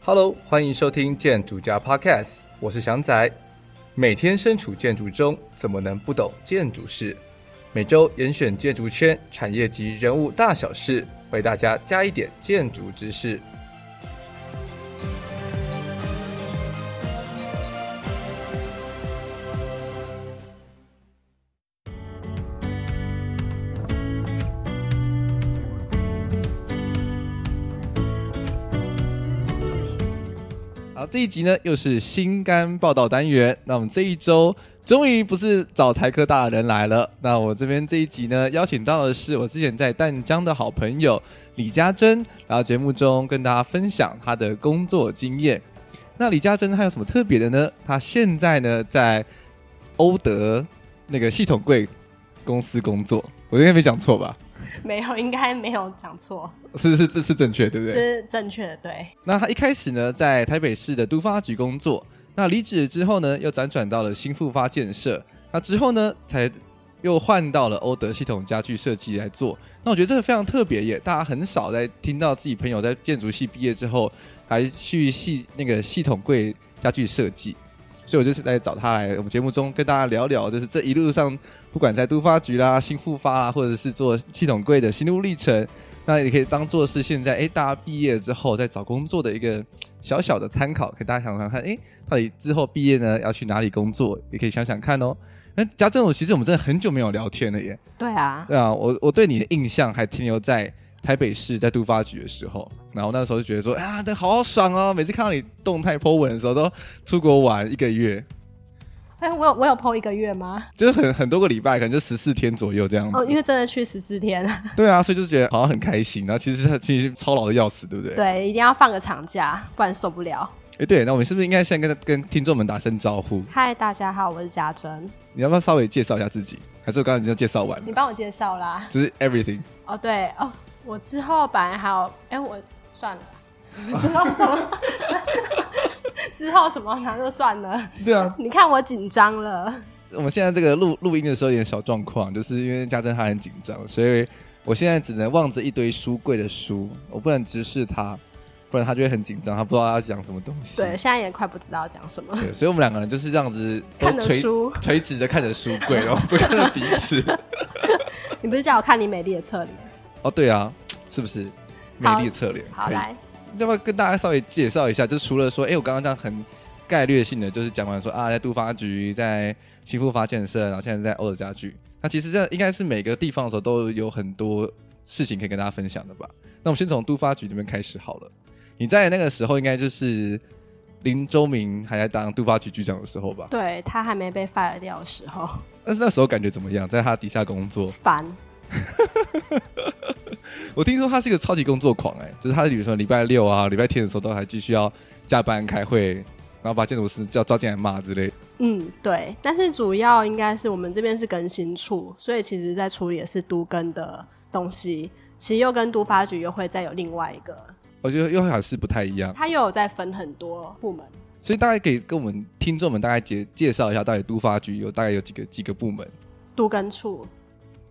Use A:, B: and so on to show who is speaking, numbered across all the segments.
A: Hello，欢迎收听建筑家 Podcast，我是祥仔。每天身处建筑中，怎么能不懂建筑事？每周严选建筑圈产业及人物大小事，为大家加一点建筑知识。好，这一集呢又是新肝报道单元。那我们这一周终于不是找台科大的人来了。那我这边这一集呢邀请到的是我之前在淡江的好朋友李家珍，然后节目中跟大家分享她的工作经验。那李家珍她有什么特别的呢？她现在呢在欧德那个系统柜公司工作，我应该没讲错吧？
B: 没有，应该没有讲错，
A: 是是这是正确对不对？
B: 这是正确的，对，
A: 那他一开始呢，在台北市的都发局工作，那离职之后呢，又辗转到了新复发建设，那之后呢，才又换到了欧德系统家具设计来做。那我觉得这个非常特别耶，大家很少在听到自己朋友在建筑系毕业之后，还去系那个系统柜家具设计。所以我就是来找他来我们节目中跟大家聊聊，就是这一路上，不管在都发局啦、新复发啦，或者是做系统柜的心路历程，那也可以当做是现在哎、诶大家毕业之后在找工作的一个小小的参考，给大家想想看，哎、到底之后毕业呢要去哪里工作，也可以想想看哦。那家政，我其实我们真的很久没有聊天了耶。
B: 对啊，
A: 对啊，我我对你的印象还停留在台北市在都发局的时候，然后那时候就觉得说啊，那好爽哦！每次看到你动态 po 文的时候，都出国玩一个月，
B: 哎、我有我有 PO 一个月吗？
A: 就是很很多个礼拜，可能就十四天左右这样子。
B: 哦，因为真的去十四天，
A: 对啊，所以就是觉得好像很开心，然后其实他其实操劳的要死，对不对？
B: 对，一定要放个长假，不然受不了。
A: 哎，对，那我们是不是应该先跟跟听众们打声招呼？
B: 嗨，大家好，我是家珍，
A: 你要不要稍微介绍一下自己？还是我刚刚已经介绍完了
B: 你？帮我介绍啦。
A: 就是 everything，
B: 哦，对哦，我之后本来还有，哎、我算 了，之后什么？ 之后什么？那就算了。
A: 对啊，
B: 你看我紧张了，
A: 我们现在这个录录音的时候有点小状况，就是因为家珍她很紧张，所以我现在只能望着一堆书柜的书，我不能直视她，不然她就会很紧张，她不知道她要讲什么东西。
B: 对，现在也快不知道讲什么。
A: 对，所以我们两个人就是这样子都
B: 看着
A: 垂
B: 书
A: 垂直的看着书柜，然后不看着彼 此。
B: 你不是叫我看你美丽的侧脸？
A: 哦，对啊，是不是美
B: 好
A: 丽侧脸？
B: 好，
A: 可以
B: 来，
A: 要不要跟大家稍微介绍一下？就除了说，哎、我刚刚这样很概略性的，就是讲完说啊，在都发局，在新复发建设，然后现在在欧尔家具。那其实这应该是每个地方的时候都有很多事情可以跟大家分享的吧？那我们先从都发局那边开始好了。你在那个时候应该就是林周明还在当都发局局长的时候吧？
B: 对他还没被 fire 掉的时候，
A: 但是那时候感觉怎么样？在他底下工作，
B: 烦。
A: 我听说他是一个超级工作狂、哎，就是他比如说礼拜六啊、礼拜天的时候都还继续要加班开会，然后把建筑师叫抓进来骂之类的。
B: 嗯，对，但是主要应该是我们这边是更新处，所以其实在处理也是都更的东西。其实又跟都发局又会再有另外一个，
A: 我觉得又还是不太一样，
B: 它又有在分很多部门。
A: 所以大概可以跟我们听众们大概介介绍一下，到底都发局有大概有几个几个部门，
B: 都跟处、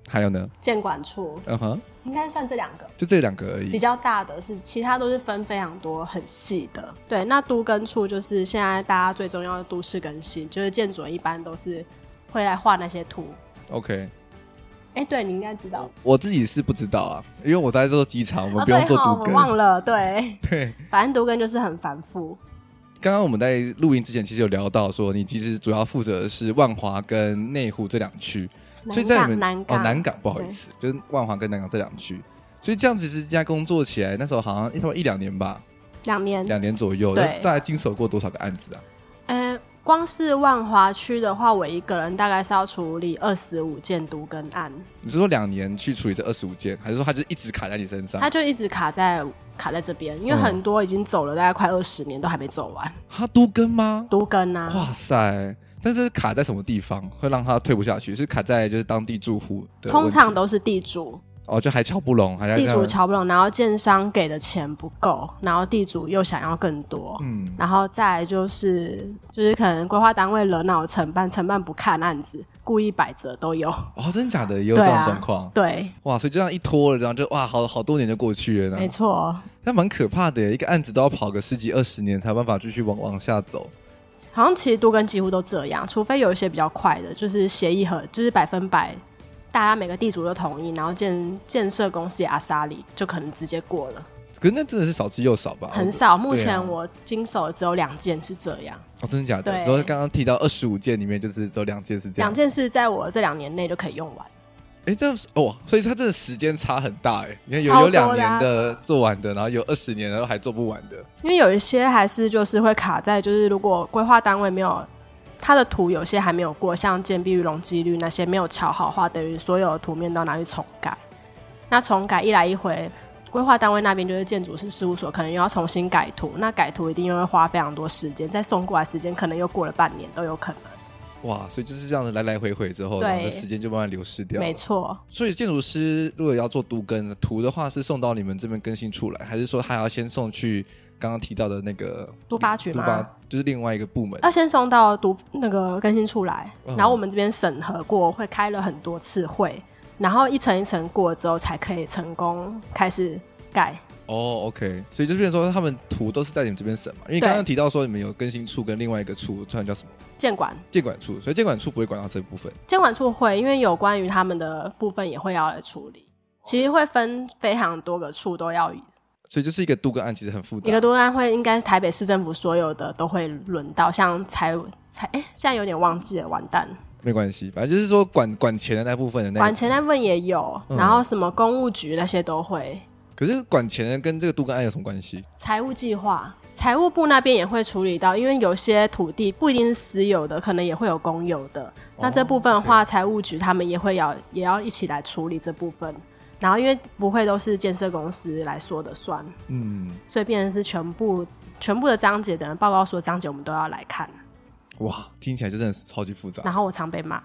A: 还有呢，
B: 监管处，
A: 嗯哼，
B: 应该算这两个
A: 就这两个而
B: 比
A: 已。
B: 较大的是，其他都是分非常多很细的。对，那都跟处就是现在大家最重要的都市更新，就是建筑人一般都是会来画那些图。
A: OK，
B: 哎、对你应该知道，
A: 我自己是不知道啊，因为我大家都是机场，我们
B: 哦
A: 不用
B: 对
A: 做
B: 吼
A: 都
B: 我
A: 根。
B: 忘 了，对，
A: 对，
B: 反正都跟就是很繁复。
A: 刚刚我们在录音之前其实有聊到说，你其实主要负责的是万华跟内湖这两区，所以在你们
B: 南
A: 哦
B: 港
A: 南港不好意
B: 对
A: 思，就是万华跟南港这两区，所以这样子其实加工作起来，那时候好像差不多一两年吧，
B: 两年，
A: 两年左右，
B: 嗯对
A: 那大概经手过多少个案子啊？
B: 呃，光是万华区的话，我一个人大概是要处理二十五件毒跟案，
A: 你是说两年去处理这二十五件，还是说他就一直卡在你身上
B: 他？就一直卡在卡在这边，
A: 嗯
B: 因为很多已经走了大概快二十年都还没走完，
A: 他都跟吗？
B: 毒根啊，
A: 哇塞！但是卡在什么地方会让他退不下去？是卡在就是当地住户的问题，
B: 通常都是地主，
A: 哦，就还瞧不拢，还在
B: 地
A: 这样
B: 主瞧不拢，然后建商给的钱不够，然后地主又想要更多，
A: 嗯，
B: 然后再来就是就是可能规划单位惹恼承办，承办不看案子，故意摆折都有。
A: 哦，真的假的？也有这
B: 对
A: 种
B: 啊
A: 状况、
B: 对，
A: 哇！所以就这样一拖了，这样就哇，好好多年就过去了呢。
B: 没错，
A: 但蛮可怕的耶，一个案子都要跑个十几二十年才有办法继续往往下走。
B: 好像其实都跟几乎都这样，除非有一些比较快的，就是协议和就是百分百，大家每个地主都同意，然后建建设公司也阿萨里就可能直接过了，
A: 可是那真的是少之又少吧？
B: 很
A: 我
B: 少。目
A: 对啊
B: 前我经手的只有两件是这样，
A: 哦，真的假的？
B: 对
A: 所以刚刚提到二十五件里面，就是只有两件是这样。
B: 两，件是在我这两年内就可以用完。
A: 哎，这样是哦，所以它真的时间差很大哎。你看有
B: 超
A: 有
B: 多的
A: 两
B: 啊
A: 年的做完的，然后有二十年然后还做不完的。
B: 因为有一些还是就是会卡在，就是如果规划单位没有它的图，有些还没有过，像建蔽率、容积率那些没有瞧好的话，等于所有的图面都拿去重改。那重改一来一回，规划单位那边就是建筑师事务所，可能又要重新改图，那改图一定又会花非常多时间，再送过来时间可能又过了半年都有可能。
A: 哇，所以就是这样子来来回回之后，
B: 对
A: 然后时间就慢慢流失掉了。
B: 没错，
A: 所以建筑师如果要做都更图的话，是送到你们这边更新出来，还是说他要先送去刚刚提到的那个
B: 都发局
A: 都
B: 吗
A: 发，就是另外一个部门？
B: 要先送到读那个更新出来，
A: 嗯
B: 然后我们这边审核过，会开了很多次会，然后一层一层过之后，才可以成功开始盖。
A: 哦、o k 所以就变成说他们图都是在你们这边审嘛，因为
B: 对
A: 刚刚提到说你们有更新处跟另外一个处，突然叫什么
B: 监管
A: 监管处，所以监管处不会管到这部分。
B: 监管处会，因为有关于他们的部分也会要来处理，其实会分非常多个处都要，
A: 所以就是一个都更案，其实很复杂。
B: 一个多安会应该是台北市政府所有的都会轮到，像财财哎，现在有点忘记了，完蛋。
A: 没关系，反正就是说管管钱的那部分的那
B: 管
A: 个，
B: 前那份也有，
A: 嗯
B: 然后什么公务局那些都会，
A: 可是管钱的跟这个都更案有什么关系？
B: 财务计划，财务部那边也会处理到，因为有些土地不一定是私有的，可能也会有公有的。
A: 哦
B: 那这部分的话，财、务局他们也会要也要一起来处理这部分。然后因为不会都是建设公司来说的算，
A: 嗯，
B: 所以变成是全部全部的章节等报告书的章节我们都要来看。
A: 啊哇，听起来就真的是超级复杂。
B: 然后我常被骂，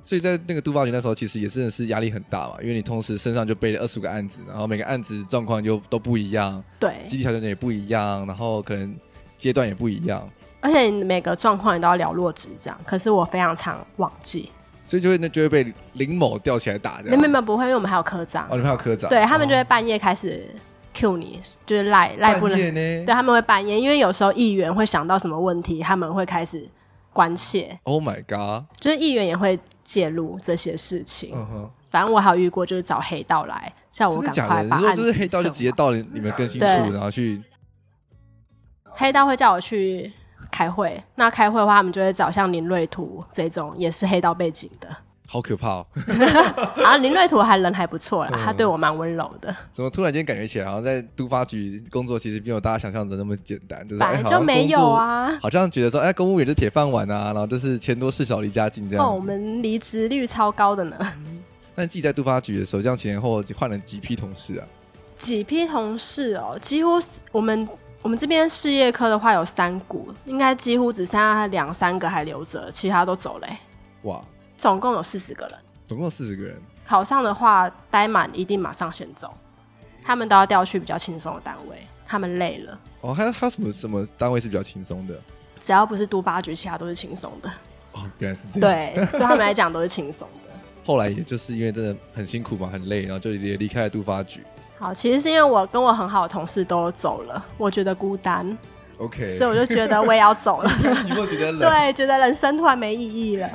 A: 所以在那个杜发局那时候，其实也真的是压力很大嘛，因为你同时身上就背了二十个案子，然后每个案子状况又都不一样，
B: 对，
A: 集体条件也不一样，然后可能阶段也不一样，
B: 而且你每个状况你都要了若指掌。可是我非常常忘记，
A: 所以就会那就会被林某吊起来打这
B: 没
A: 样。
B: 没没不会，因为我们还有科长，
A: 哦，你们还有科长，
B: 对他们就
A: 哦
B: 会半夜开始 Q 你，就是赖赖不
A: 半
B: 能
A: 夜呢。
B: 对，他啊们会半夜，因为有时候议员会想到什么问题，他们会开始关切，
A: Oh my god！
B: 就是议员也会介入这些事情。
A: 嗯哼，
B: 反正我还有遇过，就是找黑道来叫哦我
A: 真的
B: 赶
A: 假
B: 快
A: 的？你
B: 把
A: 说
B: 案
A: 就
B: 子
A: 是黑道就
B: 审
A: 直接
B: 完
A: 到你你们更新处，
B: 对
A: 然后去
B: 黑道会叫我去开会，那开会的话，他们就会找像林瑞图这种也是黑道背景的。
A: 好可怕哦！
B: 然后林瑞图还人还不错啦，他
A: 嗯
B: 对我蛮温柔的，
A: 怎么突然间感觉起来，好像在都发局工作其实没有大家想象的那么简单，就是
B: 本
A: 哎
B: 来
A: 好
B: 就
A: 像
B: 没
A: 工
B: 有
A: 作
B: 啊。
A: 好像觉得说，哎，公务员就铁饭碗啊，然后就是钱多事少离家近这样
B: 哦，
A: 子。
B: 我们离职率超高的呢。
A: 那你自己在都发局的时候，这样前前后后换了几批同事啊？
B: 几批同事哦，几乎是我们我们这边事业科的话有三股，应该几乎只剩下两三个还留着，其他都走嘞、
A: 哇，
B: 总共有四十个人，
A: 总共四十个人。
B: 考上的话待满一定马上先走，他们都要调去比较轻松的单位，他们累了，
A: 哦，还有还有什么什么单位是比较轻松的？
B: 只要不是督发局，其他都是轻松的。
A: 哦，原来是这样。。
B: 对，对他们来讲都是轻松的。
A: 后来也就是因为真的很辛苦嘛，很累，然后就也离开了都发局。
B: 好，其实是因为我跟我很好的同事都走了，我觉得孤单，
A: OK。
B: 所以我就觉得我也要走了。
A: 你会觉得冷？
B: 对，觉得人生突然没意义了。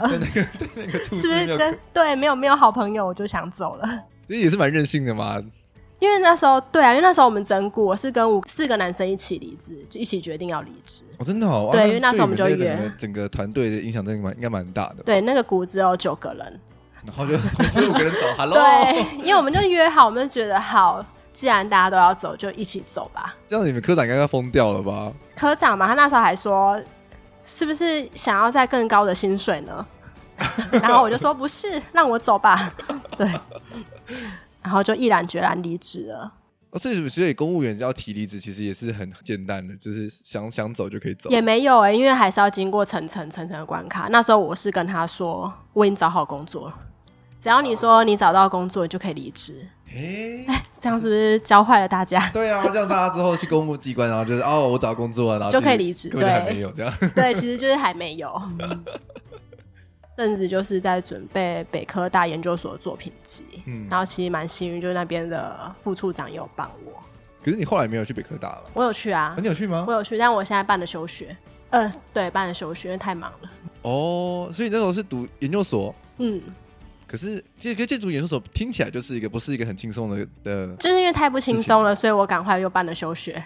A: 那个吐
B: 是
A: 司
B: 不
A: 没
B: 是
A: 有
B: 跟对没有没有好朋友，我就想走了。
A: 其实也是蛮任性的嘛。
B: 因为那时候对啊，因为那时候我们整股我是跟五四个男生一起离职，就一起决定要离职。
A: 哦，真的哦。
B: 对
A: 哇
B: 因为那时候我们
A: 对你
B: 就
A: 那个整
B: 约
A: 个整个团队的影响真的蛮应该蛮大 的。
B: 对，那个股只有九个人。
A: 然后就 同时五个人走 ，Hello。
B: 对，因为我们就约好，我们就觉得好，既然大家都要走，就一起走吧。
A: 这样你们科长应该要疯掉了吧？
B: 科长嘛，他那时候还说，是不是想要再更高的薪水呢？ 然后我就说不是，让我走吧。 对，然后就毅然决然离职了。
A: 哦，所以所以公务员要提离职，其实也是很简单的，就是想想走就可以走。
B: 也没有哎、因为还是要经过层层层层的关卡。那时候我是跟他说，我已经找好工作了，只要你说你找到工作，你就可以离职。
A: 哎、
B: 这样是不是教坏了大家？
A: 对啊，这样大家之后去公务机关，然后就是哦，我找工作啊，然后
B: 就
A: 其实
B: 可以离职
A: 根本就还
B: 对
A: 没有这样。
B: 对，其实就是还没有。邓子就是在准备北科大研究所的作品集，
A: 嗯
B: 然后其实蛮幸运，就是那边的副处长也有帮我，
A: 可是你后来没有去北科大了，
B: 我有去啊
A: 啊、，你有去吗
B: 我？有去，但我现在办了休学，呃，对，办了休学，因为太忙了。
A: 哦，所以你那时候是读研究所，
B: 嗯，
A: 可是这个建筑研究所听起来就是一个不是一个很轻松的的，
B: 就是因为太不轻松了，所以我赶快又办了休学。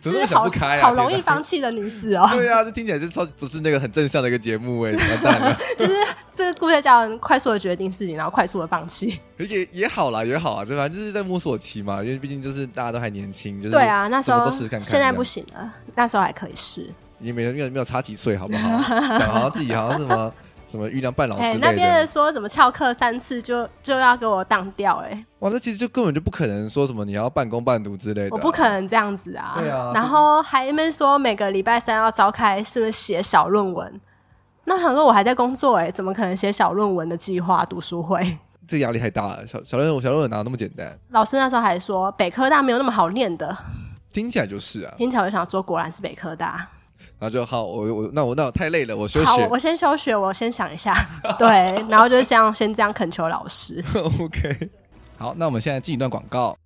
A: 怎么那
B: 是
A: 么想
B: 好
A: 不开啊？
B: 好容易
A: 天哪，
B: 放弃的女子哦
A: 对啊，这听起来是超不是那个很正向的一个节目 哎，完蛋了。
B: 就是这个故事叫人快速的决定事情，然后快速的放弃。
A: 也也好啦，也好啊，对吧？就是在摸索期嘛，因为毕竟就是大家都还年轻，就是
B: 对啊，那时
A: 什么
B: 候
A: 都试试看看。
B: 现在不
A: 行，
B: 行了，那时候还可以试。
A: 你没有没有没有差几岁，好不 好？讲好像自己好像什么什么余粮半老哦之
B: 哎、
A: 类
B: 那
A: 的。
B: 边的说怎么翘课三次就就要给我当掉、哎，
A: 哇，那其实就根本就不可能说什么你要半工半读之类的啊、
B: 我不可能这样子啊。
A: 对啊
B: 然后还一面说每个礼拜三要召开，是不是写小论文？那我想说，我还在工作哎、怎么可能写小论文的计划读书会？
A: 这压力太大了。小小论文小论文哪那么简单？
B: 老师那时候还说北科大没有那么好念的，
A: 听起来就是啊。
B: 听起来我就想说，果然是北科大。
A: 然后就好，我我那我那我太累了，我休
B: 好，我
A: 学。
B: 我先休学，我先想一下。对，然后就是这样，先这样恳求老师。
A: OK，好，那我们现在进一段广告。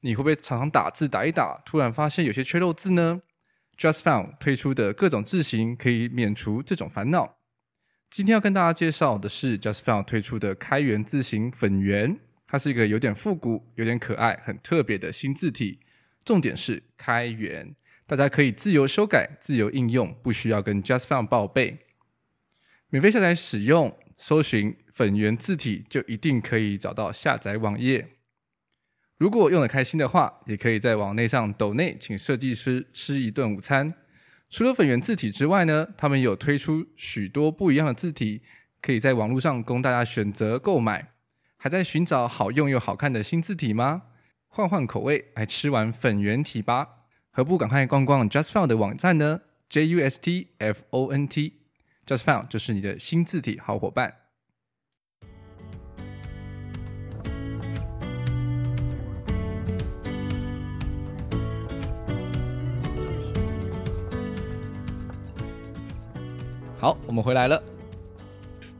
A: 你会不会常常打字打一打，突然发现有些缺漏字呢？Just Found 推出的各种字型可以免除这种烦恼。今天要跟大家介绍的是 Just Found 推出的开源字型粉圆，它是一个有点复古、有点可爱、很特别的新字体。重点是开源，大家可以自由修改、自由应用，不需要跟 Just Found 报备。免费下载使用，搜寻粉圆字体就一定可以找到下载网页。如果用的开心的话，也可以在网内上抖内请设计师吃一顿午餐。除了粉圆字体之外呢，他们有推出许多不一样的字体，可以在网络上供大家选择购买。还在寻找好用又好看的新字体吗？换换口味，来吃完粉圆体吧！何不赶快逛逛 Just Found 的网站呢？J U S T F O N T Just Found 就是你的新字体好伙伴。好，我们回来了。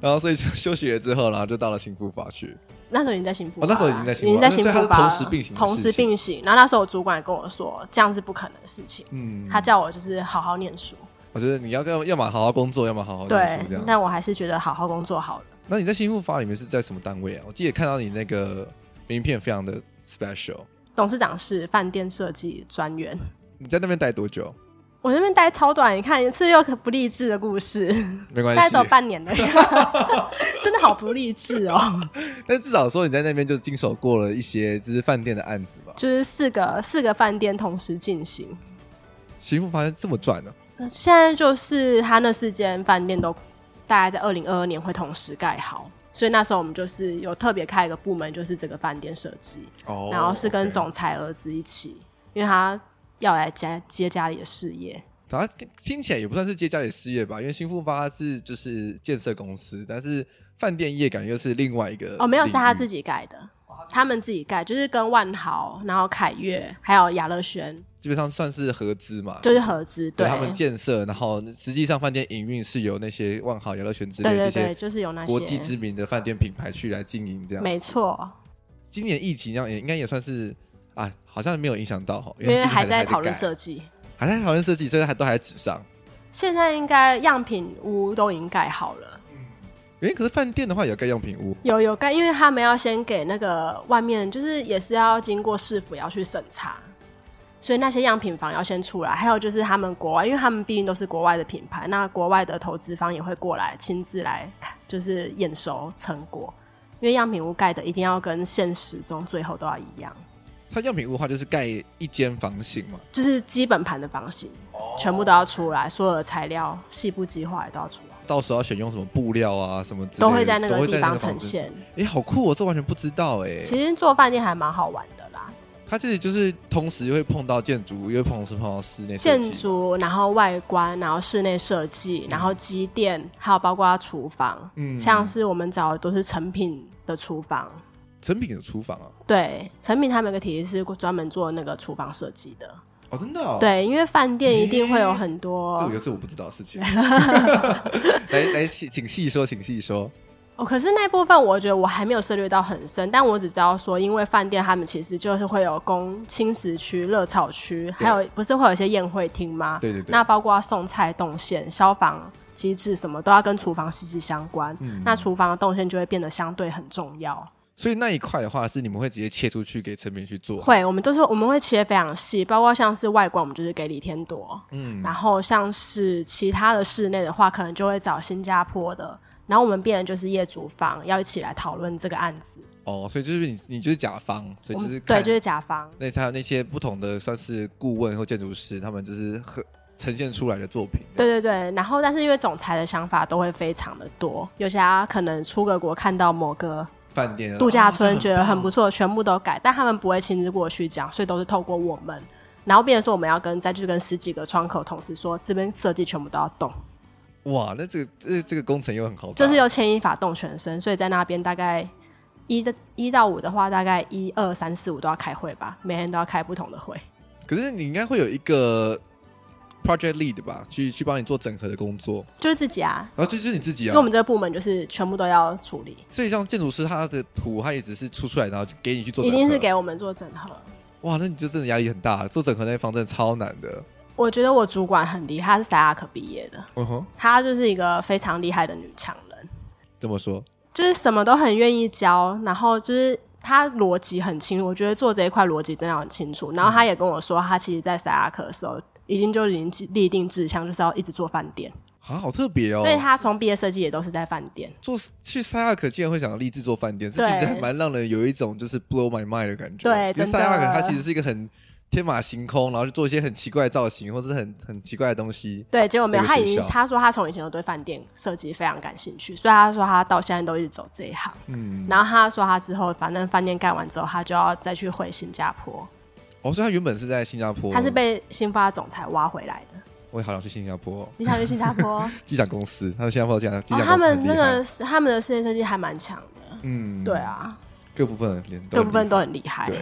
A: 然后，所以就休息了之后，然后就到了幸福法去。
B: 那时候已经在幸福
A: 哦
B: 吧
A: 那时候已经在幸福吧
B: 已经在幸福吧了
A: 所以它是同时并行的
B: 同
A: 事
B: 时
A: 情
B: 并行。然后那时候我主管也跟我说，这样是不可能的事情。
A: 嗯，
B: 他叫我就是好好念书，
A: 我觉得你要要要么好好工作，要么好好念
B: 对
A: 书这，样。
B: 但我还是觉得好好工作好了。
A: 那你在新复发里面是在什么单位啊？我记得看到你那个名片非常的 special。
B: 董事长是饭店设计专员，
A: 你在那边待多久？
B: 我那边待超短，你看是不是又可不励志的故事，
A: 没关
B: 待
A: 系
B: 走，半年的， 真的好不励志哦。
A: 但至少说你在那边就经手过了一些就是饭店的案子吧。
B: 就是四个四个饭店同时进行，
A: 新复发这么赚啊呢、
B: 那现在就是他那四间饭店都大概在二零二二年会同时盖好，所以那时候我们就是有特别开一个部门，就是这个饭店设计，
A: 哦
B: 然后是跟
A: OK
B: 总裁儿子一起，因为他要来家接家里的事业。
A: 反正听听起来也不算是接家里事业吧，因为新复发是就是建设公司，但是饭店业感觉又是另外一个
B: 哦，没有，是他自
A: 己，
B: 己盖的，他们自己盖，就是跟万豪、然后凯悦还有雅乐轩
A: 基本上算是合资嘛，
B: 就是合资，
A: 对
B: 对，
A: 他们建设，然后实际上饭店营运是由那些万豪、雅乐轩之类
B: 对
A: 这
B: 对
A: 些
B: 对，就是有那
A: 国际
B: 些，
A: 知名的饭店品牌去来经营这样。
B: 没错，
A: 今年疫情这样也应该也算是啊，好像没有影响到哈，
B: 因为
A: 毕竟
B: 还
A: 在
B: 在讨论
A: 盖
B: 设计。
A: 还在讨论设计，所以还都还在纸上。
B: 现在应该样品屋都已经盖好了，
A: 诶，可是饭店的话也要盖样品屋，
B: 有有盖，因为他们要先给那个外面，就是也是要经过市府要去审查，所以那些样品房要先出来。还有就是他们国外，因为他们毕竟都是国外的品牌，那国外的投资方也会过来亲自来，就是验收成果。因为样品屋盖的一定要跟现实中最后都要一样，
A: 它样品屋的话就是盖一间房型嘛。
B: 就是基本盘的房型
A: 哦
B: 全部都要出来，所有的材料、细部计划也都要出来，
A: 到时候要选用什么布料啊，什么之类的
B: 都会在那
A: 都
B: 个
A: 会
B: 地
A: 那
B: 方
A: 房
B: 呈
A: 子。
B: 现。
A: 诶，好酷、哦！我这完全不知道哎、
B: 其实做饭店还蛮好玩的啦，
A: 它这里就是同时会碰到建筑，又会同时碰到室内设计
B: 建筑，然后外观，然后室内设计，然后机电，还有包括厨房，
A: 嗯
B: 像是我们找的都是成品的厨房，
A: 成品有厨房啊？
B: 对，成品他们有个体系是专门做那个厨房设计的。
A: 哦，真的、哦？，
B: 对，因为饭店一定会有很
A: 这
B: 多
A: 个。是我不知道的事 情。来来，细请细说，请细说。
B: 哦，可是那部分我觉得我还没有涉猎到很深，但我只知道说，因为饭店他们其实就是会有供轻食区、热炒区，还有不是会有一些宴会厅吗？
A: 对对对
B: 那包括送菜动线、消防机制什么都要跟厨房息息相关。
A: 嗯
B: 那厨房的动线就会变得相对很重要。
A: 所以那一块的话，是你们会直接切出去给成品去做？，
B: 会，我们都是我们会切得非常细，包括像是外观，我们就是给李天铎，
A: 嗯，
B: 然后像是其他的室内的话，可能就会找新加坡的。然后我们变成就是业主方要一起来讨论这个案子，
A: 哦，所以就是你，你就是甲方，所以就
B: 我们
A: 是
B: 嗯对，
A: 看
B: 就是甲方，
A: 那还有那些不同的算是顾问或建筑师，他们就是很呈现出来的作品。
B: 对，对对。然后但是因为总裁的想法都会非常的多，有些他可能出个国看到某个
A: 饭店啊
B: 度假村觉得很
A: 不。
B: 不错，全部都改，但他们不会亲自过去讲，所以都是透过我们。然后变成说我们要跟再去跟十几个窗口同时说，这边设计全部都要动。
A: 哇，那这个这这个工程又很好打，
B: 就是由牵一发动全身，所以在那边大概一的一到五的话，大概一二三四五都要开会吧，每天都要开不同的会。
A: 可是你应该会有一个 project lead 吧，去去帮你做整合的工作，
B: 就是自己啊，
A: 然后这就是你自己
B: 因
A: 啊
B: 为我。们这个部门就是全部都要处理，
A: 所以像建筑师他的图，他也只是出出来，然后就给你去做
B: 一
A: 整合，
B: 定是给我们做整合。
A: 哇，那你就真的压力很大，做整合那一方真的超难的。
B: 我觉得我主管很厉害，她是塞拉克毕业的，
A: 嗯哼，
B: 她就是一个非常厉害的女强人，
A: 这么说，
B: 就是什么都很愿意教，然后就是。她逻辑很清楚，我觉得做这一块逻辑真的很清楚。然后她也跟我说，她其实在塞拉克的时候，已经就已经既立定志向，就是要一直做饭店。
A: 啊，好特别哦。
B: 所以他从毕业设计也都是在饭店。
A: 做去塞亚可竟然会想到立志做饭店，这
B: 对
A: 其实还蛮让人有一种就是 blow my mind 的感觉。
B: 对
A: 因为
B: 真的
A: 塞亚可它其实是一个很天马行空，然后去做一些很奇怪的造型或者是很很奇怪的东西。
B: 对，结果没有，
A: 这个
B: 他
A: 学
B: 已经
A: 校
B: 他说他从以前就对饭店设计非常感兴趣，所以他说他到现在都一直走这一行。
A: 嗯，
B: 然后他说他之后反正饭店盖完之后，他就要再去回新加坡，
A: 哦，所以他原本是在新加坡，
B: 他是被新发总裁挖回来的。
A: 我也好想去新加坡哦
B: 你想去新加坡？哦，
A: 机长公司，他们 新加坡机长机长公司
B: 他们
A: 很厉
B: 那
A: 害
B: 个他们的室内设计还蛮强的。
A: 嗯，
B: 对，啊，
A: 各部分联动，
B: 各部分都很厉害。
A: 对。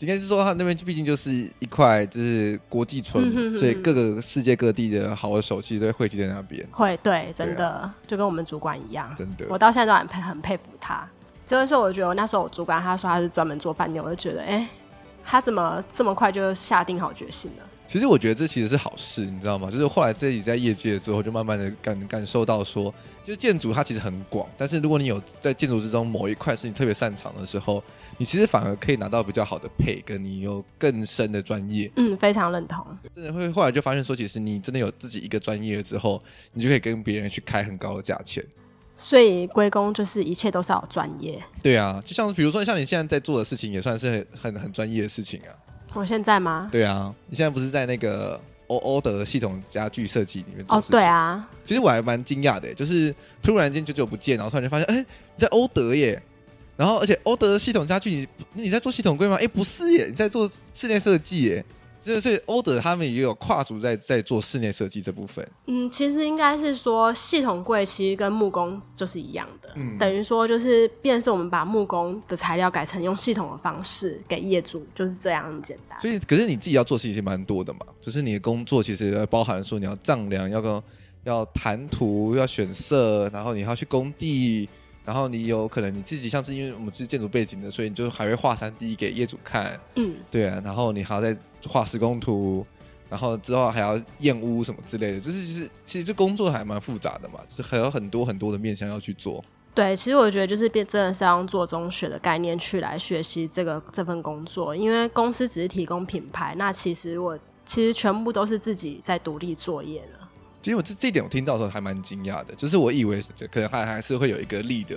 A: 应该是说，他那边毕竟就是一块就是国际村，
B: 嗯哼哼
A: 所以各个世界各地的好的手机都会汇聚在那边，
B: 会，对，真的、就跟我们主管一样。
A: 啊真的。
B: 我到现在都很佩很佩服他。就是说，我觉得我那时候我主管他说他是专门做饭店，我就觉得，哎、他怎么这么快就下定好决心了？
A: 其实我觉得这其实是好事，你知道吗？就是后来自己在业界之后，就慢慢的感感受到说，就是建筑它其实很广，但是如果你有在建筑之中某一块是你特别擅长的时候，你其实反而可以拿到比较好的配，跟你有更深的专业。
B: 嗯，非常认同。
A: 真的会后来就发现说，其实你真的有自己一个专业了之后，你就可以跟别人去开很高的价钱。
B: 所以归功就是一切都是要有专业。
A: 对啊，就像是比如说像你现在在做的事情，也算是很很很专业的事情啊。
B: 我现在吗？
A: 对啊，你现在不是在那个欧欧德系统家具设计里面做
B: 哦
A: 事，情
B: 对啊，
A: 其实我还蛮惊讶的，就是突然间久久不见，然后突然间发现，哎、你在欧德耶。然后，而且欧德系统家具你，你在做系统柜吗？哎，不是耶，你在做室内设计耶。所以，所以欧德他们也有跨足在在做室内设计这部分。
B: 嗯，其实应该是说系统柜其实跟木工就是一样的，
A: 嗯
B: 等于说就是便是我们把木工的材料改成用系统的方式给业主，就是这样很简单。
A: 所以，可是你自己要做事情其实蛮多的嘛，就是你的工作其实包含说你要丈量，要跟要谈图，要选色，然后你还要去工地，然后你有可能你自己像是因为我们是建筑背景的，所以你就还会画三 D 给业主看，
B: 嗯，
A: 对啊，然后你还要再画施工图，然后之后还要验屋什么之类的，就是其实其实这工作还蛮复杂的嘛，就是还有很多很多的面向要去做。
B: 对，其实我觉得就是变真的是要用做中学的概念去来学习这个这份工作，因为公司只是提供品牌，那其实我其实全部都是自己在独立作业了。
A: 其实我这这一点我听到的时候还蛮惊讶的，就是我以为就可能还还是会有一个力的，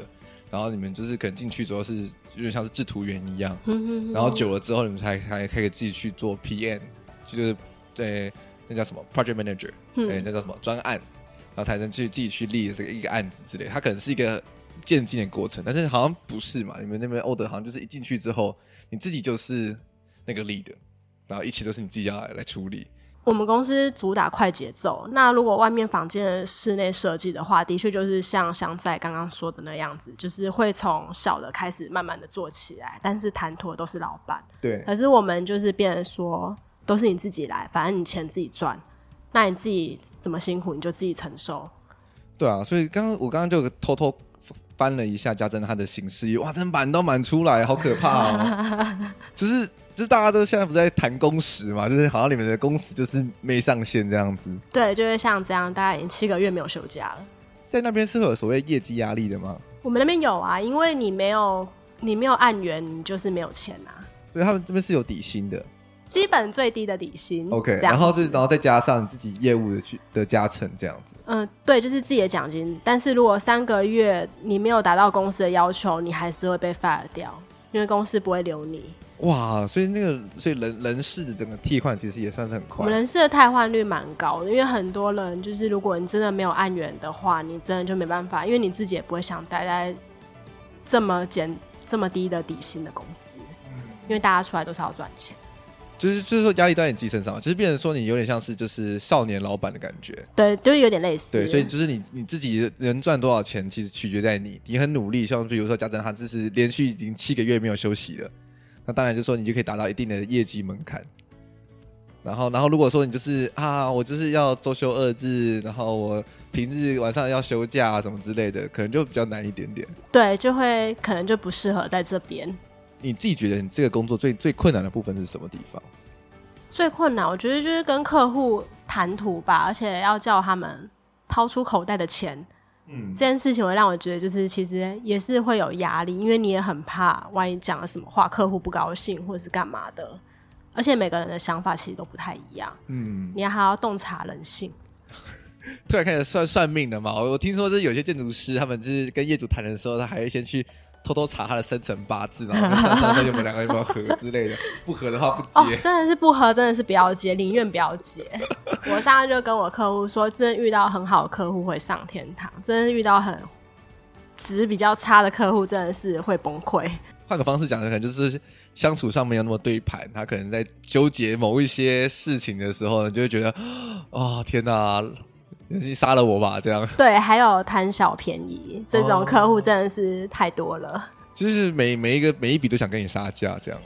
A: 然后你们就是可能进去之后是有点像是制图员一样，
B: 嗯
A: 然后久了之后你们才才可以自己去做 PM，就是对那叫什么 project manager，
B: 嗯
A: 对、那叫什么专案，然后才能去自己去立这个一个案子之类。它可能是一个渐进的过程，但是好像不是嘛？你们那边欧德好像就是一进去之后，你自己就是那个 lead，然后一切都是你自己要来来处理。
B: 我们公司主打快节奏，那如果外面房间的室内设计的话，的确就是像香在刚刚说的那样子，就是会从小的开始慢慢的做起来，但是谈妥都是老板。
A: 对，
B: 可是我们就是变成说，都是你自己来，反正你钱自己赚，那你自己怎么辛苦你就自己承受。
A: 对啊，所以刚刚我刚刚就偷偷翻了一下家珍她的行事历，哇，真满都满出来，好可怕哦！ 就是就是大家都现在不是在谈工时嘛，就是好像你们的工时就是没上限这样子，
B: 对，就是像这样，大概已经七个月没有休假了。
A: 在那边是会有所谓业绩压力的吗？
B: 我们那边有啊，因为你没有你没有按源，你就是没有钱啊。
A: 所以他们这边是有底薪的
B: 基本最低的底薪
A: ，OK，
B: 这样
A: 然后是
B: 子
A: 然后再加上自己业务的去的加成这样子，
B: 嗯，对，就是自己的奖金。但是如果三个月你没有达到公司的要求，你还是会被 fire 掉，因为公司不会留你。
A: 哇，所以那个所以人人事的整个替换其实也算是很
B: 我
A: 快
B: 们，人事的汰换率蛮高的，因为很多人就是如果你真的没有案源的话，你真的就没办法，因为你自己也不会想待在这么简这么低的底薪的公司，
A: 嗯
B: 因为大家出来都是要赚钱。
A: 就是就是说压力都在你自己身上，就是变成说你有点像是就是少年老板的感觉。
B: 对，就是有点类似。
A: 对，所以就是你你自己能赚多少钱，其实取决在你。你很努力，像比如说家政，他就是连续已经七个月没有休息了，那当然就说你就可以达到一定的业绩门槛。然后，然后如果说你就是啊，我就是要周休二日，然后我平日晚上要休假、啊、什么之类的，可能就比较难一点点。
B: 对，就会可能就不适合在这边。
A: 你自己觉得你这个工作最最困难的部分是什么地方？
B: 最困难，我觉得就是跟客户谈吐吧，而且要叫他们掏出口袋的钱。
A: 嗯
B: 这，件事情会让我觉得，就是其实也是会有压力，因为你也很怕，万一讲了什么话，客户不高兴或者是干嘛的。而且每个人的想法其实都不太一样，
A: 嗯，
B: 你还要洞察人性。
A: 突然开始算算命了嘛？我我听说就是有些建筑师，他们就是跟业主谈的时候，他还会先去偷偷查他的生辰八字，然后算算算你们两个有没有合之类的，不合的话不
B: 哦
A: 接。，
B: 真的是不合，真的是不要接，宁愿不要接。我上次就跟我客户说，真的遇到很好的客户会上天堂，真的遇到很值比较差的客户，真的是会崩溃。
A: 换个方式讲，可能就是相处上没有那么对盘，他可能在纠结某一些事情的时候呢，就会觉得， 哦天哪，你杀了我吧！这样，
B: 对，还有贪小便宜这
A: 哦
B: 种客户真的是太多了。
A: 就是每每一个每一笔都想跟你杀价这样。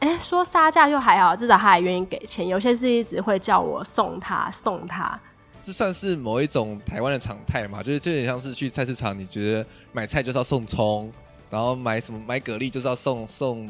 B: 哎，说杀价又还好，至少他还愿意给钱。有些是一直会叫我送他送他，
A: 这算是某一种台湾的常态嘛？就是就有点像是去菜市场，你觉得买菜就是要送葱，然后买什么买蛤蜊就是要送送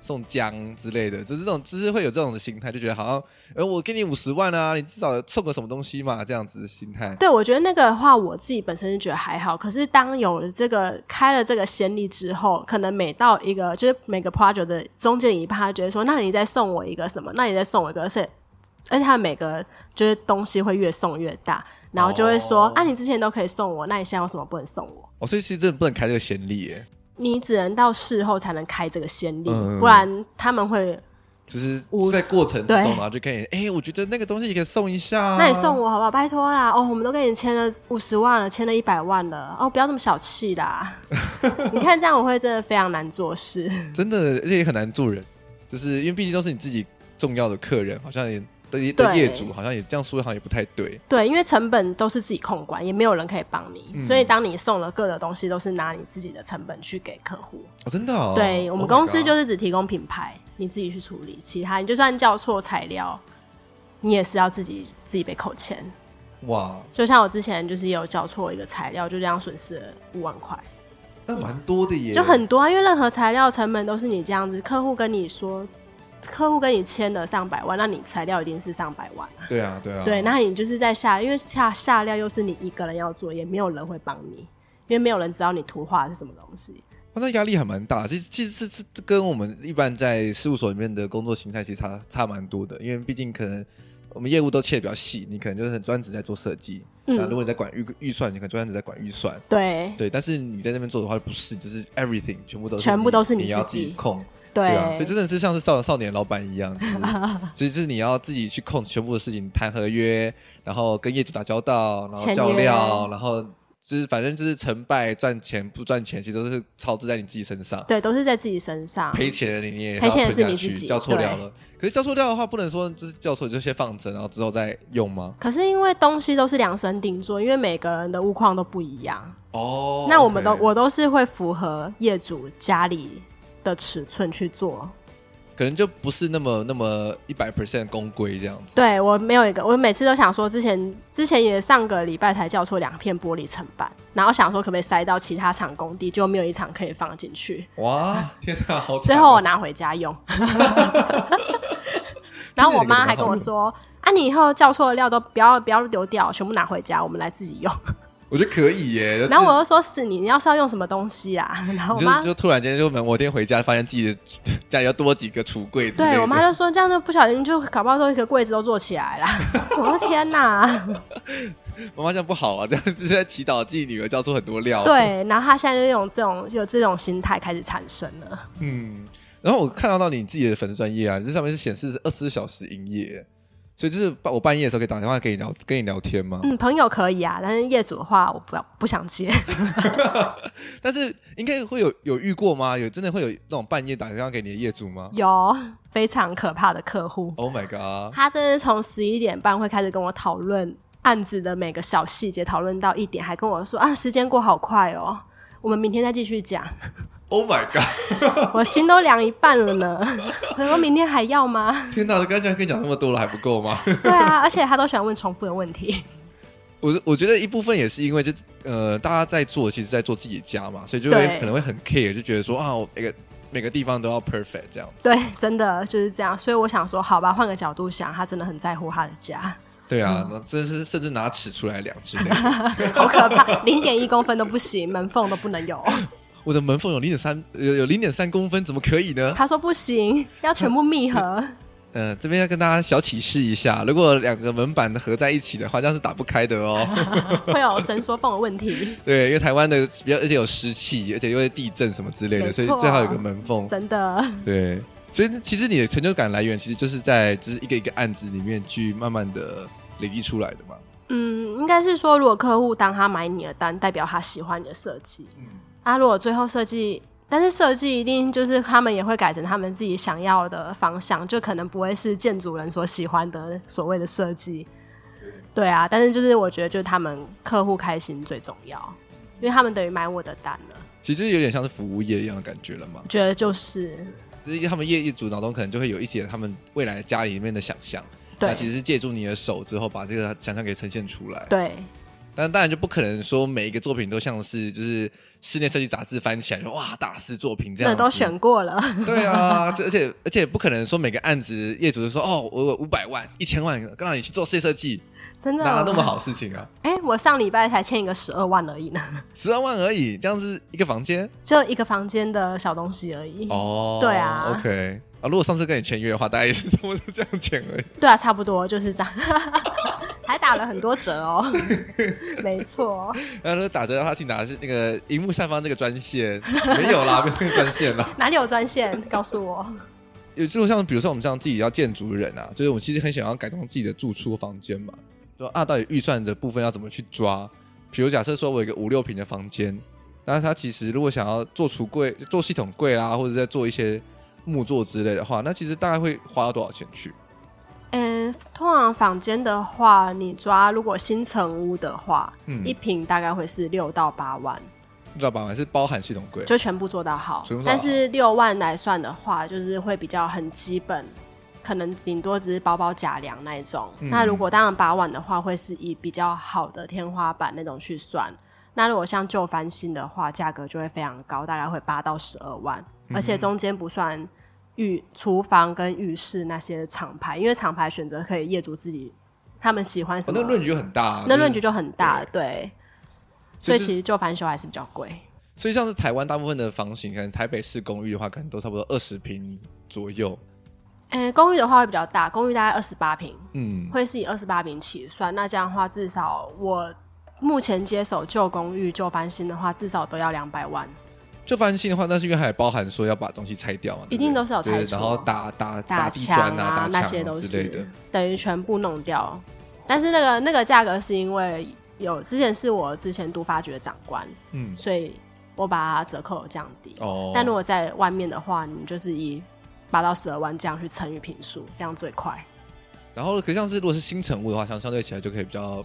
A: 送姜之类的，就是这种就是会有这种的心态，就觉得好像，呃，我给你五十万啊，你至少送个什么东西嘛，这样子的心态。
B: 对我觉得那个的话，我自己本身是觉得还好。可是当有了这个开了这个先例之后，可能每到一个就是每个 project 的中间一趴，他觉得说，那你再送我一个什么，那你再送我一个，而且而且他每个就是东西会越送越大，然后就会说，
A: 哦
B: 啊，你之前都可以送我，那你现在为什么不能送我？
A: 哦，所以其实真的不能开这个先例，耶，
B: 你只能到事后才能开这个先例，
A: 嗯
B: 不然他们会
A: 就是
B: 无
A: 在过程之中，
B: 对
A: 然后就可以，哎，我觉得那个东西也可以送一下、啊，
B: 那你送我好不好？拜托啦！哦，我们都跟你签了五十万了，签了一百万了，哦，不要那么小 气啦！你看这样我会真的非常难做事。
A: 真的，而且也很难做人，就是因为毕竟都是你自己重要的客人，好像也对对
B: 对
A: 业主好像也这样说好像也不太对。
B: 对，因为成本都是自己控管，也没有人可以帮你，
A: 嗯
B: 所以当你送了各个东西，都是拿你自己的成本去给客户。
A: 哦，真的、哦。
B: 对我们
A: Oh my
B: 公司
A: god
B: 就是只提供品牌，你自己去处理，其他你就算叫错材料，你也是要自己自己被扣钱。
A: 哇，
B: 就像我之前就是也有叫错一个材料，就这样损失了五万块。
A: 那蛮多的耶，
B: 就很多啊，因为任何材料成本都是你这样子，客户跟你说，客户跟你签了上百万，那你材料一定是上百万，
A: 对啊，对啊，
B: 对，那你就是在下，因为下下料又是你一个人要做，也没有人会帮你，因为没有人知道你图画是什么东西，
A: 哇那压力还蛮大。其实其实是是跟我们一般在事务所里面的工作形态其实差差蛮多的，因为毕竟可能我们业务都切的比较细，你可能就是很专职在做设计，
B: 嗯
A: 那如果你在管预预算，你可能专职在管预算。
B: 对
A: 对，但是你在那边做的话，不是，就是 everything 全部都是
B: 全部都是
A: 你
B: 你
A: 要
B: 自
A: 自
B: 己
A: 己控，
B: 对
A: 啊，所以真的是像是少少年老板一样，就是所以就是你要自己去控全部的事情，谈合约，然后跟业主打交道，然后
B: 签
A: 叫
B: 约啊
A: 料，然后就是反正就是成败赚钱不赚钱，其实都是操之在你自己身上。
B: 对，都是在自己身上。
A: 赔钱的你你也
B: 赔钱的是
A: 要吞
B: 你
A: 下去
B: 自己
A: 叫错
B: 对
A: 料了。可是叫错料的话，不能说就是叫错就先放着，然后之后再用吗？
B: 可是因为东西都是量身定做，因为每个人的物况都不一样，
A: 哦，
B: 那我们都
A: OK
B: 我都是会符合业主家里的尺寸去做。
A: 可能就不是那么那么一百 percent 公规这样子。
B: 对我没有一个，我每次都想说，之前之前也上个礼拜才叫错两片玻璃层板，然后想说可不可以塞到其他厂工地，就没有一厂可以放进去，
A: 哇，天哪，好惨哦！
B: 最后我拿回家 用。然后我妈还跟我说：“啊，你以后叫错的料都不要不要丢掉，全部拿回家，我们来自己用。
A: 我觉得可以耶。”
B: 然后我又说：“是你，你要是要用什么东西啊？”然后我
A: 就
B: 妈
A: 就就突然间就某天回家，发现自己的家里要多几个橱柜之类的。
B: 对我妈就说：“这样就不小心就搞不好都一个柜子都做起来了。” 我的天哪！
A: 我妈这样不好啊，这样是在祈祷自己女儿教出很多料。，啊
B: 对，然后她现在就用这种有这种心态开始产生了。
A: 嗯。然后我看到到你自己的粉丝专业啊，这上面是显示是二十四小时营业，所以就是我半夜的时候可以打电话跟你聊，跟你聊天吗？
B: 嗯，朋友可以啊，但是业主的话，我不要不想接。
A: 但是应该会有有遇过吗？有真的会有那种半夜打电话给你的业主吗
B: 有非常可怕的客户，
A: ？Oh my god！
B: 他真的从十一点半会开始跟我讨论案子的每个小细节，讨论到一点，还跟我说啊，时间过好快哦，我们明天再继续讲。
A: Oh my god！
B: 我心都凉一半了呢。我说明天还 要吗？
A: 天哪，刚才跟你讲那么多了还不够吗？
B: 对啊，而且他都喜欢问重复的问题。
A: 我我觉得一部分也是因为就呃，大家在做，其实在做自己家嘛，所以就会
B: 对
A: 可能会很 care，就觉得说啊，我每个每个地方都要 perfect 这样。
B: 对，真的就是这样。所以我想说，好吧，换个角度想，他真的很在乎他的家，
A: 对啊，
B: 嗯
A: 那真是甚至拿尺出来量之类的。
B: 好可怕，零点一公分都不行，门缝都不能有。
A: 我的门缝有零点三，有有零点三公分，怎么可以呢？
B: 他说不行，要全部 密合。
A: 嗯、这边要跟大家小启示一下，如果两个门板合在一起的话，这样是打不开的哦。
B: 会有伸缩缝的问题，
A: 对，因为台湾的比较，而且有湿气，而且又会地震什么之类的，
B: 没
A: 所以
B: 错
A: 最好有个门缝。
B: 真的。
A: 对，所以其实你的成就感来源，其实就是在就是一个一个案子里面去慢慢的累积出来的嘛。
B: 嗯，应该是说，如果客户当他买你的单，代表他喜欢你的设计。
A: 嗯，
B: 啊，如果最后设计，但是设计一定就是他们也会改成他们自己想要的方向，就可能不会是建筑人所喜欢的所谓的设计。对啊，但是就是我觉得，就是他们客户开心最重要，因为他们等于买我的单了。
A: 其实有点像是服务业一样的感觉了嘛
B: 我。觉得就是
A: 就是他们业业主脑中可能就会有一些他们未来家里面的想象，
B: 对
A: 那其实是借助你的手之后，把这个想象给呈现出来。
B: 对
A: 但当然就不可能说每一个作品都像是就是室内设计杂志翻起来说哇大师作品这样
B: 那
A: 子，
B: 都选过了，
A: 对啊，这而且而且不可能说每个案子业主就说哦我有五百万一千万让你去做室内设计，
B: 真的
A: 哪有那么？好事情啊？
B: 哎、我上礼拜才欠一个十二万而已呢，
A: 十二万而已，这样是一个房间
B: 就一个房间的小东西而已。
A: 哦
B: 嗯对啊
A: ，OK 啊，如果上次跟你签约的话，大概也是差不多这样签而已。
B: 对啊，差不多就是这样， 还打了很多折哦。 没错，
A: 然后打折的话，去拿是那个荧幕上方这个专线，没有啦，没有这个专线啦。
B: 哪里有专线？告诉我。
A: 有就像比如说我们像自己要建筑人啊，就是我们其实很想要改装自己的住处房间嘛，就啊到底预算的部分要怎么去抓？比如假设说我有一个五六平的房间，但是它其实如果想要做橱柜、做系统柜啦，或者再做一些木作之类的话，那其实大概会花到多少钱去？
B: 呃，通常房间的话，你抓如果新成屋的话，
A: 嗯
B: 一平大概会是六到八万，
A: 知道吧？是包含系统柜，
B: 就全部做到好
A: 全部。做到
B: 但
A: 好
B: 是六万来算的话，就是会比较很基本，可能顶多只是包包假梁那一种。
A: 嗯
B: 那如果当然八万的话，会是以比较好的天花板那种去算。那如果像旧翻新的话，价格就会非常高，大概会八到十二万，
A: 嗯
B: 而且中间不算浴厨房跟浴室那些厂牌，因为厂牌选择可以业主自己他们喜欢什
A: 哦、
B: 么，
A: 那论据就很大、啊，
B: 那
A: 就是
B: 论据就很大，对，所以
A: 就
B: 其
A: 是
B: 实旧翻修还是比较贵。
A: 所以像是台湾大部分的房型，可能台北市公寓的话，可能都差不多二十平左右。
B: 嗯、公寓的话会比较大，公寓大概二十八平，
A: 嗯，
B: 会是以二十八平起算。那这样的话，至少我目前接手旧公寓、旧翻新的话，至少都要两百万。
A: 就翻新的话，那是因为还包含说要把东西拆掉嘛，对不对
B: 一定都是有拆除啊
A: 对然后打打地
B: 墙啊
A: 砖啊打墙
B: 那些都
A: 之类的
B: 是。等于全部弄掉。但是那个那个价格是因为有之前是我之前都发局的长官，
A: 嗯，
B: 所以我把折扣有降低。
A: 哦，
B: 但如果在外面的话，你就是以八到十二万这样去乘以平数，这样最快。
A: 然后可像是如果是新成物的话，相相对起来就可以比较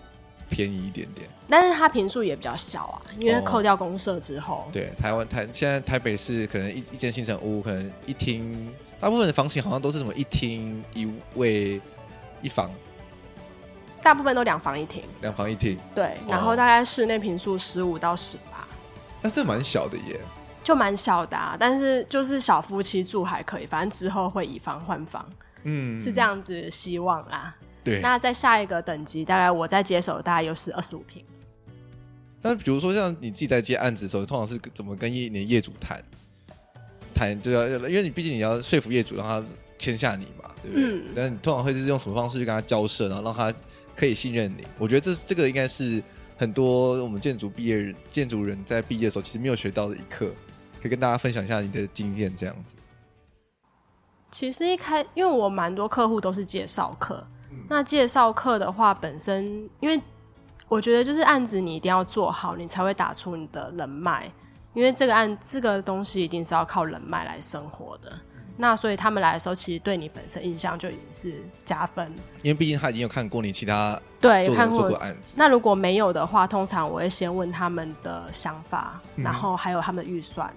A: 便宜一点点。
B: 但是它平数也比较小啊，因为
A: 哦
B: 扣掉公社之后，
A: 对，台湾台现在台北市可能一一间新城屋，可能一厅，大部分的房型好像都是什么一厅一卫一房，
B: 大部分都两房一厅。
A: 两房一厅，
B: 对，然后大概室内平数十五到十八，
A: 但是蛮小的耶。
B: 就蛮小的、啊。但是就是小夫妻住还可以，反正之后会以房换房，
A: 嗯，
B: 是这。样子希望啦。
A: 对，那
B: 那在下一个等级，大概我在接手大概又是二十五平。
A: 那比如说像你自己在接案子的时候，通常是怎么跟业你的业主谈？谈就要，因为你毕竟你要说服业主让他签下你嘛，对不对？
B: 嗯
A: 但你通常会是用什么方式去跟他交涉，然后让他可以信任你？我觉得这这个应该是很多我们建筑毕业人建筑人在毕业的时候其实没有学到的一课，可以跟大家分享一下你的经验，这样子。
B: 其实一开，因为我蛮多客户都是介绍客，那介绍客的话，本身因为我觉得就是案子你一定要做好，你才会打出你的人脉，因为这个案这个东西一定是要靠人脉来生活的。那所以他们来的时候，其实对你本身印象就已经是加分。
A: 因为毕竟他已经有看过你其他
B: 对，
A: 做
B: 看
A: 的
B: 过
A: 做过案子，
B: 那如果没有的话，通常我会先问他们的想法，
A: 嗯
B: 然后还有他们的预算。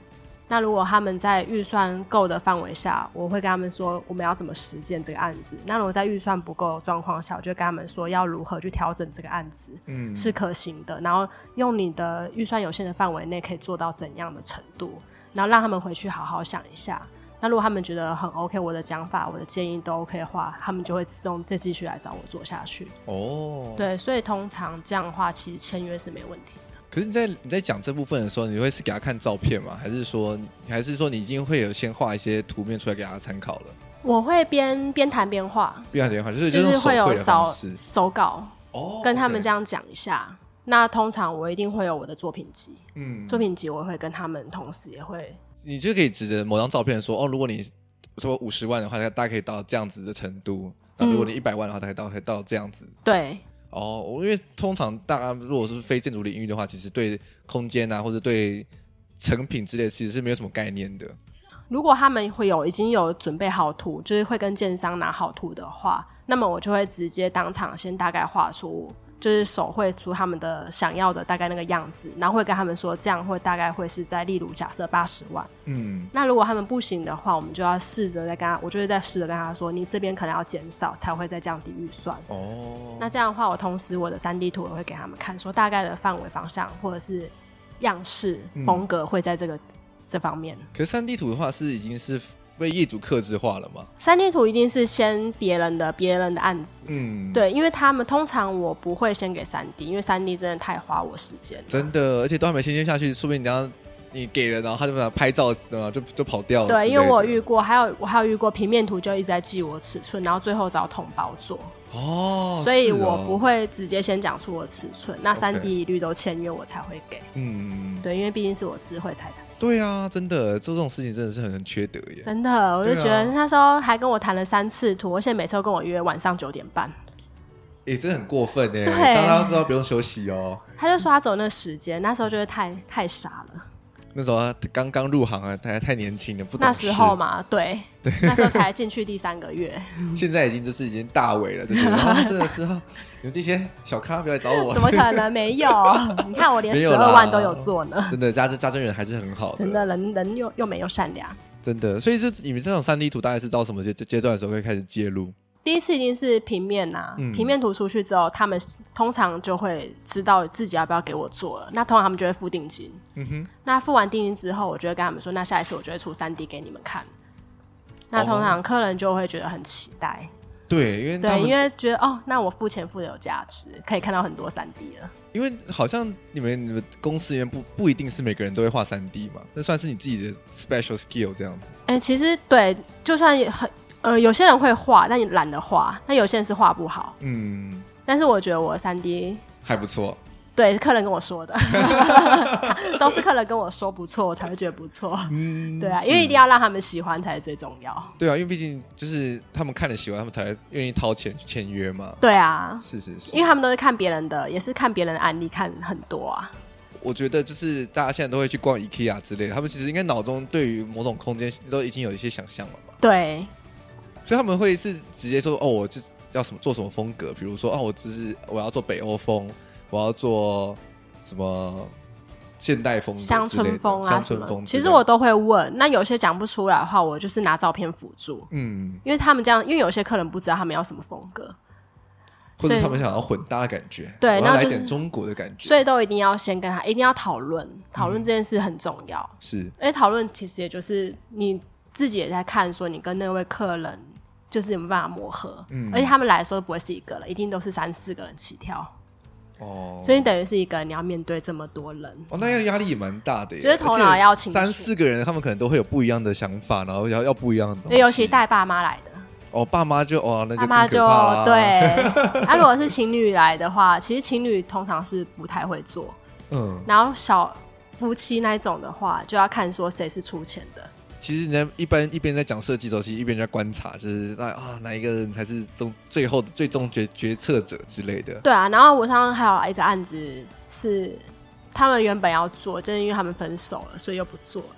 B: 那如果他们在预算够的范围下，我会跟他们说我们要怎么实践这个案子。那如果在预算不够的状况下，我就跟他们说要如何去调整这个案子
A: 嗯，
B: 是可行的，然后用你的预算有限的范围内可以做到怎样的程度，然后让他们回去好好想一下。那如果他们觉得很 OK，我的讲法、我的建议都 OK 的话，他们就会自动再继续来找我做下去。
A: 哦，。
B: 对，所以通常这样的话，其实签约是没问题。
A: 可是你在你在讲这部分的时候，你会是给他看照片吗？还是说还是说你已经会有先画一些图面出来给他参考了？
B: 我会边边谈边画，
A: 不想电话就是
B: 就是
A: 用手
B: 会有
A: 绘的方
B: 手
A: 式
B: 手稿，
A: 哦
B: 跟他们这
A: 样，
B: 样讲一下。那通常我一定会有我的作品集，
A: 嗯
B: 作品集我会跟他们同时也会
A: 你就可以指着某张照片说，哦，如果你说五十万的话，大概可以到这样子的程度；那如果你
B: 嗯
A: 一百万的话，大概到可以到这样子。
B: 对
A: 哦，我因为通常大家如果是非建筑领域的话，其实对空间啊或者对成品之类，其实是没有什么概念的。
B: 如果他们会有已经有准备好图，就是会跟建商拿好图的话，那么我就会直接当场先大概画出，就是手绘出他们的想要的大概那个样子，然后会跟他们说这样会大概会是在例如假设八十万，
A: 嗯，
B: 那如果他们不行的话，我们就要试着再跟他，我就会再试着跟他说，你这边可能要减少，才会再降低预算。
A: 哦，
B: 那这样的话，我同时我的三 D 图也会给他们看，说大概的范围、方向或者是样式、
A: 嗯
B: 风格会在这个这方面。
A: 可是三 D 图的话是已经是被业主克制化了嘛？
B: 三 D 图一定是先别人的别人的案子，
A: 嗯，。
B: 对，因为他们通常我不会先给三 D，因为三 D 真的太花我时间了。
A: 真的，而且都还没衔接下去，说不定你等一下你给了，然后他就把它拍照，然后就就跑掉了之类的。
B: 对，因为我有遇过，还有我还有遇过平面图就一直在记我尺寸，然后最后找统包做。
A: 哦，
B: 所以
A: 是哦
B: 我不，会直接先讲出我的尺寸，那
A: OK
B: 三 D 一律都签约我才会给，
A: 嗯，
B: 对，因为毕竟是我智慧财产。
A: 对啊，真的做这种事情真的是很很缺德耶。
B: 真的，我就
A: 对啊
B: 觉得那时候还跟我谈了三次图，而且每次都跟我约晚上九点半，
A: 也真的很过分耶，
B: 对
A: 大家都知道不用休息哦。
B: 他就说他走那时间，那时候就是太太傻了，
A: 那时候他刚刚入行啊，他还太年轻了，不懂
B: 那
A: 事
B: 时候，嘛，对，那时候才进去第三个月，
A: 现在已经就是已经大伟了，这 个、啊、真的是啊，你们这些小咖不要来找我
B: 怎，么可能没 有？你看我连
A: 没有
B: 十
A: 啦
B: 二万都有做呢，
A: 真的家家真人还是很好的，
B: 真的人人又又没有善良。
A: 真的。所以这你们这种三 D 图大概是到什么阶阶段的时候会开始介入？
B: 第一次一定是平面呐、
A: 嗯
B: 平面图出去之后，他们通常就会知道自己要不要给我做了。那通常他们就会付定金。
A: 嗯哼，
B: 那付完定金之后，我就会跟他们说，那下一次我就会出三 D 给你们看。那通常客人就会觉得很期待，
A: 对，因为他
B: 对，
A: 们
B: 因为觉得哦，那我付钱付的有价值，可以看到很多三 D 了。
A: 因为好像你们你们公司里面不不一定是每个人都会画三 D 嘛，那算是你自己的 special skill 这样子。
B: 哎、其实对，就算很呃，有些人会画，但你懒得画；那有些人是画不好。
A: 嗯，
B: 但是我觉得我三 D
A: 还不错。
B: 对，客人跟我 说的，都是客人跟我说不错，我才会觉得不错。
A: 嗯
B: 对啊，因为一定
A: 要
B: 要让他们喜欢才是最重要。
A: 对啊，因为毕竟就是他们看了喜欢，他们才愿意掏钱去签约嘛。
B: 对啊，
A: 是是是
B: 因，为他们都是看别人的，也是看别人的案例看很多啊。
A: 我觉得就是大家现在都会去逛 IKEA 之类的，他们其实应该脑中对于某种空间都已经有一些想象了嘛，
B: 对，
A: 所以他们会是直接说哦，我就要什么做什么风格，比如说哦，我就是我要做北欧风，我要做什么现代风格之类
B: 乡
A: 的、
B: 村风啊
A: 乡
B: 什
A: 村
B: 么
A: 风，之
B: 其
A: 类的。
B: 实我都会问。那有些讲不出来的话，我就是拿照片辅助，
A: 嗯，
B: 因为他们这样，因为有些客人不知道他们要什么风格，
A: 或者
B: 所以
A: 他们想要混搭的感觉，
B: 对
A: 我
B: 那
A: 要来
B: 就是
A: 点中国的感觉，
B: 所以都一定要先跟他，一定要讨论，讨
A: 嗯
B: 论这件事很重要。
A: 是
B: 而且讨论其实也就是你自己也在看，说你跟那位客人就是有没有办法磨合，
A: 嗯
B: 而且他们来的时候不会是一个人，一定都是三四个人起跳，
A: 哦，
B: 所以你等于是一个人，你要面对这么多人，
A: 哦，那样压力也蛮大的耶，
B: 就是头脑
A: 而且
B: 要清楚
A: 三四个人，他们可能都会有不一样的想法，然后要要不一样的东
B: 因
A: 西。
B: 为尤其带爸妈来的。
A: 哦，爸妈就哦，那就
B: 爸妈
A: 更
B: 就
A: 可怕啦，
B: 对，啊，如果是情侣来的话，其实情侣通常是不太会做，
A: 嗯，
B: 然后小夫妻那一种的话，就要看说谁是出钱的，
A: 其实你在一般一边在讲设计的时候，其实一边在观察，就是那啊哪一个人才是终最后的最终决决策者之类的。
B: 对啊，然后我上次还有一个案子是，他们原本要做，就是因为他们分手了，所以又不做了。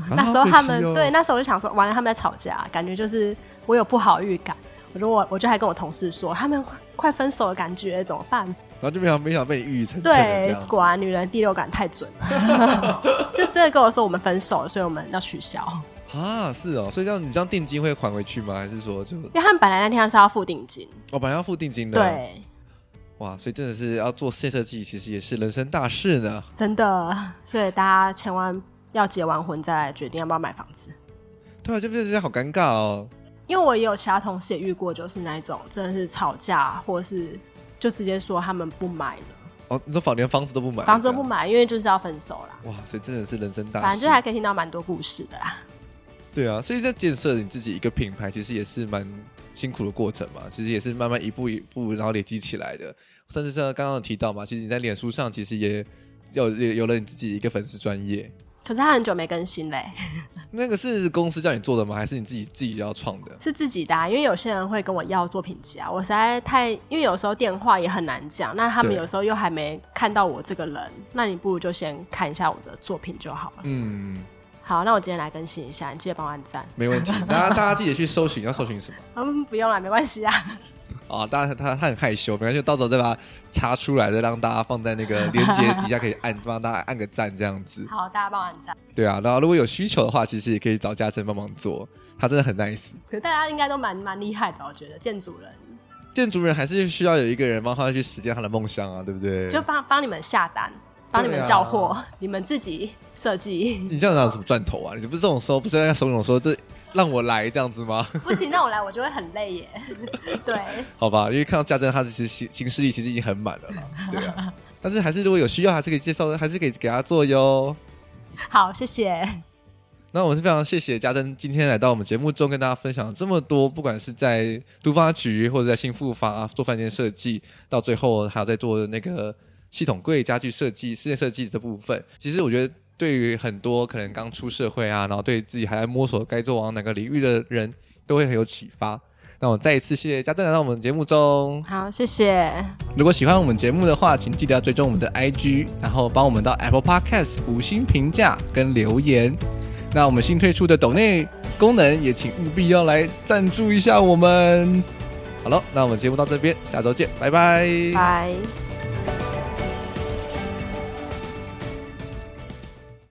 A: 啊
B: 那时候他们、
A: 哦
B: 对，那时候我就想说，完了他们在吵架，感觉就是我有不好预感。我说我我就还跟我同事说，他们快快分手的感觉怎么办？
A: 然后就没想没想被你预成成的这
B: 对，
A: 样。
B: 果然女人第六感太准 了，就真的跟我说我们分手了，所以我们要取消，
A: 啊，是哦，所以这样你这样定金会还回去吗？还是说就
B: 因为他们本来那天是要付定金，
A: 哦本来要付定金的？，
B: 对，
A: 哇，所以真的是要做设设计，其实也是人生大事呢。
B: 真的，所以大家千万要结完婚再来决定要不要买房子。
A: 对啊，这边这样好尴尬哦。
B: 因为我也有其他同事也遇过，就是那一种真的是吵架，或是就直接说他们不买了，
A: 哦，你说房连房子都不买，
B: 房子都不
A: 买，
B: 买，因为就是要分手啦。
A: 哇，所以真的是人生大事。
B: 反正就还可以听到蛮多故事的啦。
A: 对啊，所以在建设你自己一个品牌，其实也是蛮辛苦的过程嘛，其实也是慢慢一步一步，然后累积起来的。甚至像刚刚有提到嘛，其实你在脸书上其实也有有有了你自己一个粉丝专业，
B: 可是他很久没更新嘞，
A: 那个是公司叫你做的吗？还是你自己自己要创的？
B: 是自己的、啊，因为有些人会跟我要作品集啊，我实在太，因为有时候电话也很难讲，那他们
A: 对
B: 有时候又还没看到我这个人，那你不如就先看一下我的作品就好了。
A: 嗯，
B: 好，那我今天来更新一下，你记得帮我按赞。
A: 没问题。大家大家记得去搜寻，要搜寻什么
B: 嗯，不用啦，没关系啊。
A: 啊？大家他他很害羞，没关系，到时候再把它查出来，再让大家放在那个链接底下，可以按帮大家按个赞这样子。
B: 好，大家帮我按赞。
A: 对啊，然后如果有需求的话，其实也可以找嘉诚帮忙做，他真的很 nice。
B: 可是大家应该都蛮蛮厉害的，我觉得建筑人
A: 建筑人还是需要有一个人帮他去实现他的梦想啊，对不对？啊
B: 就帮帮你们下单，帮你们叫货，你们自己设计。
A: 你这样哪有什么赚头啊？你不是这种时候不是在怂恿说这让我来这样子吗？
B: 不行，那我来我就会很累耶。 对，
A: 好吧，因为看到家珍他其实行行事力其实已经很满了啦，对啊。但是还是如果有需要，还是可以介绍，还是可以给他做哟。
B: 好，谢谢。
A: 那我是非常谢谢家珍今天来到我们节目中跟大家分享了这么多，不管是在都发局或者在新复发做饭店设计，到最后还有在做那个系统柜家具设计、室内设计的部分，其实我觉得。对于很多可能刚出社会啊，然后对自己还在摸索该做往哪个领域的人，都会很有启发。那我再一次谢谢家珍来到我们节目中。
B: 好，谢谢。
A: 如果喜欢我们节目的话，请记得要追踪我们的 IG，然后帮我们到 Apple Podcast 五星评价跟留言。那我们新推出的抖内功能也请务必要来赞助一下我们。好了，那我们节目到这边，下周见，拜拜。
B: 拜。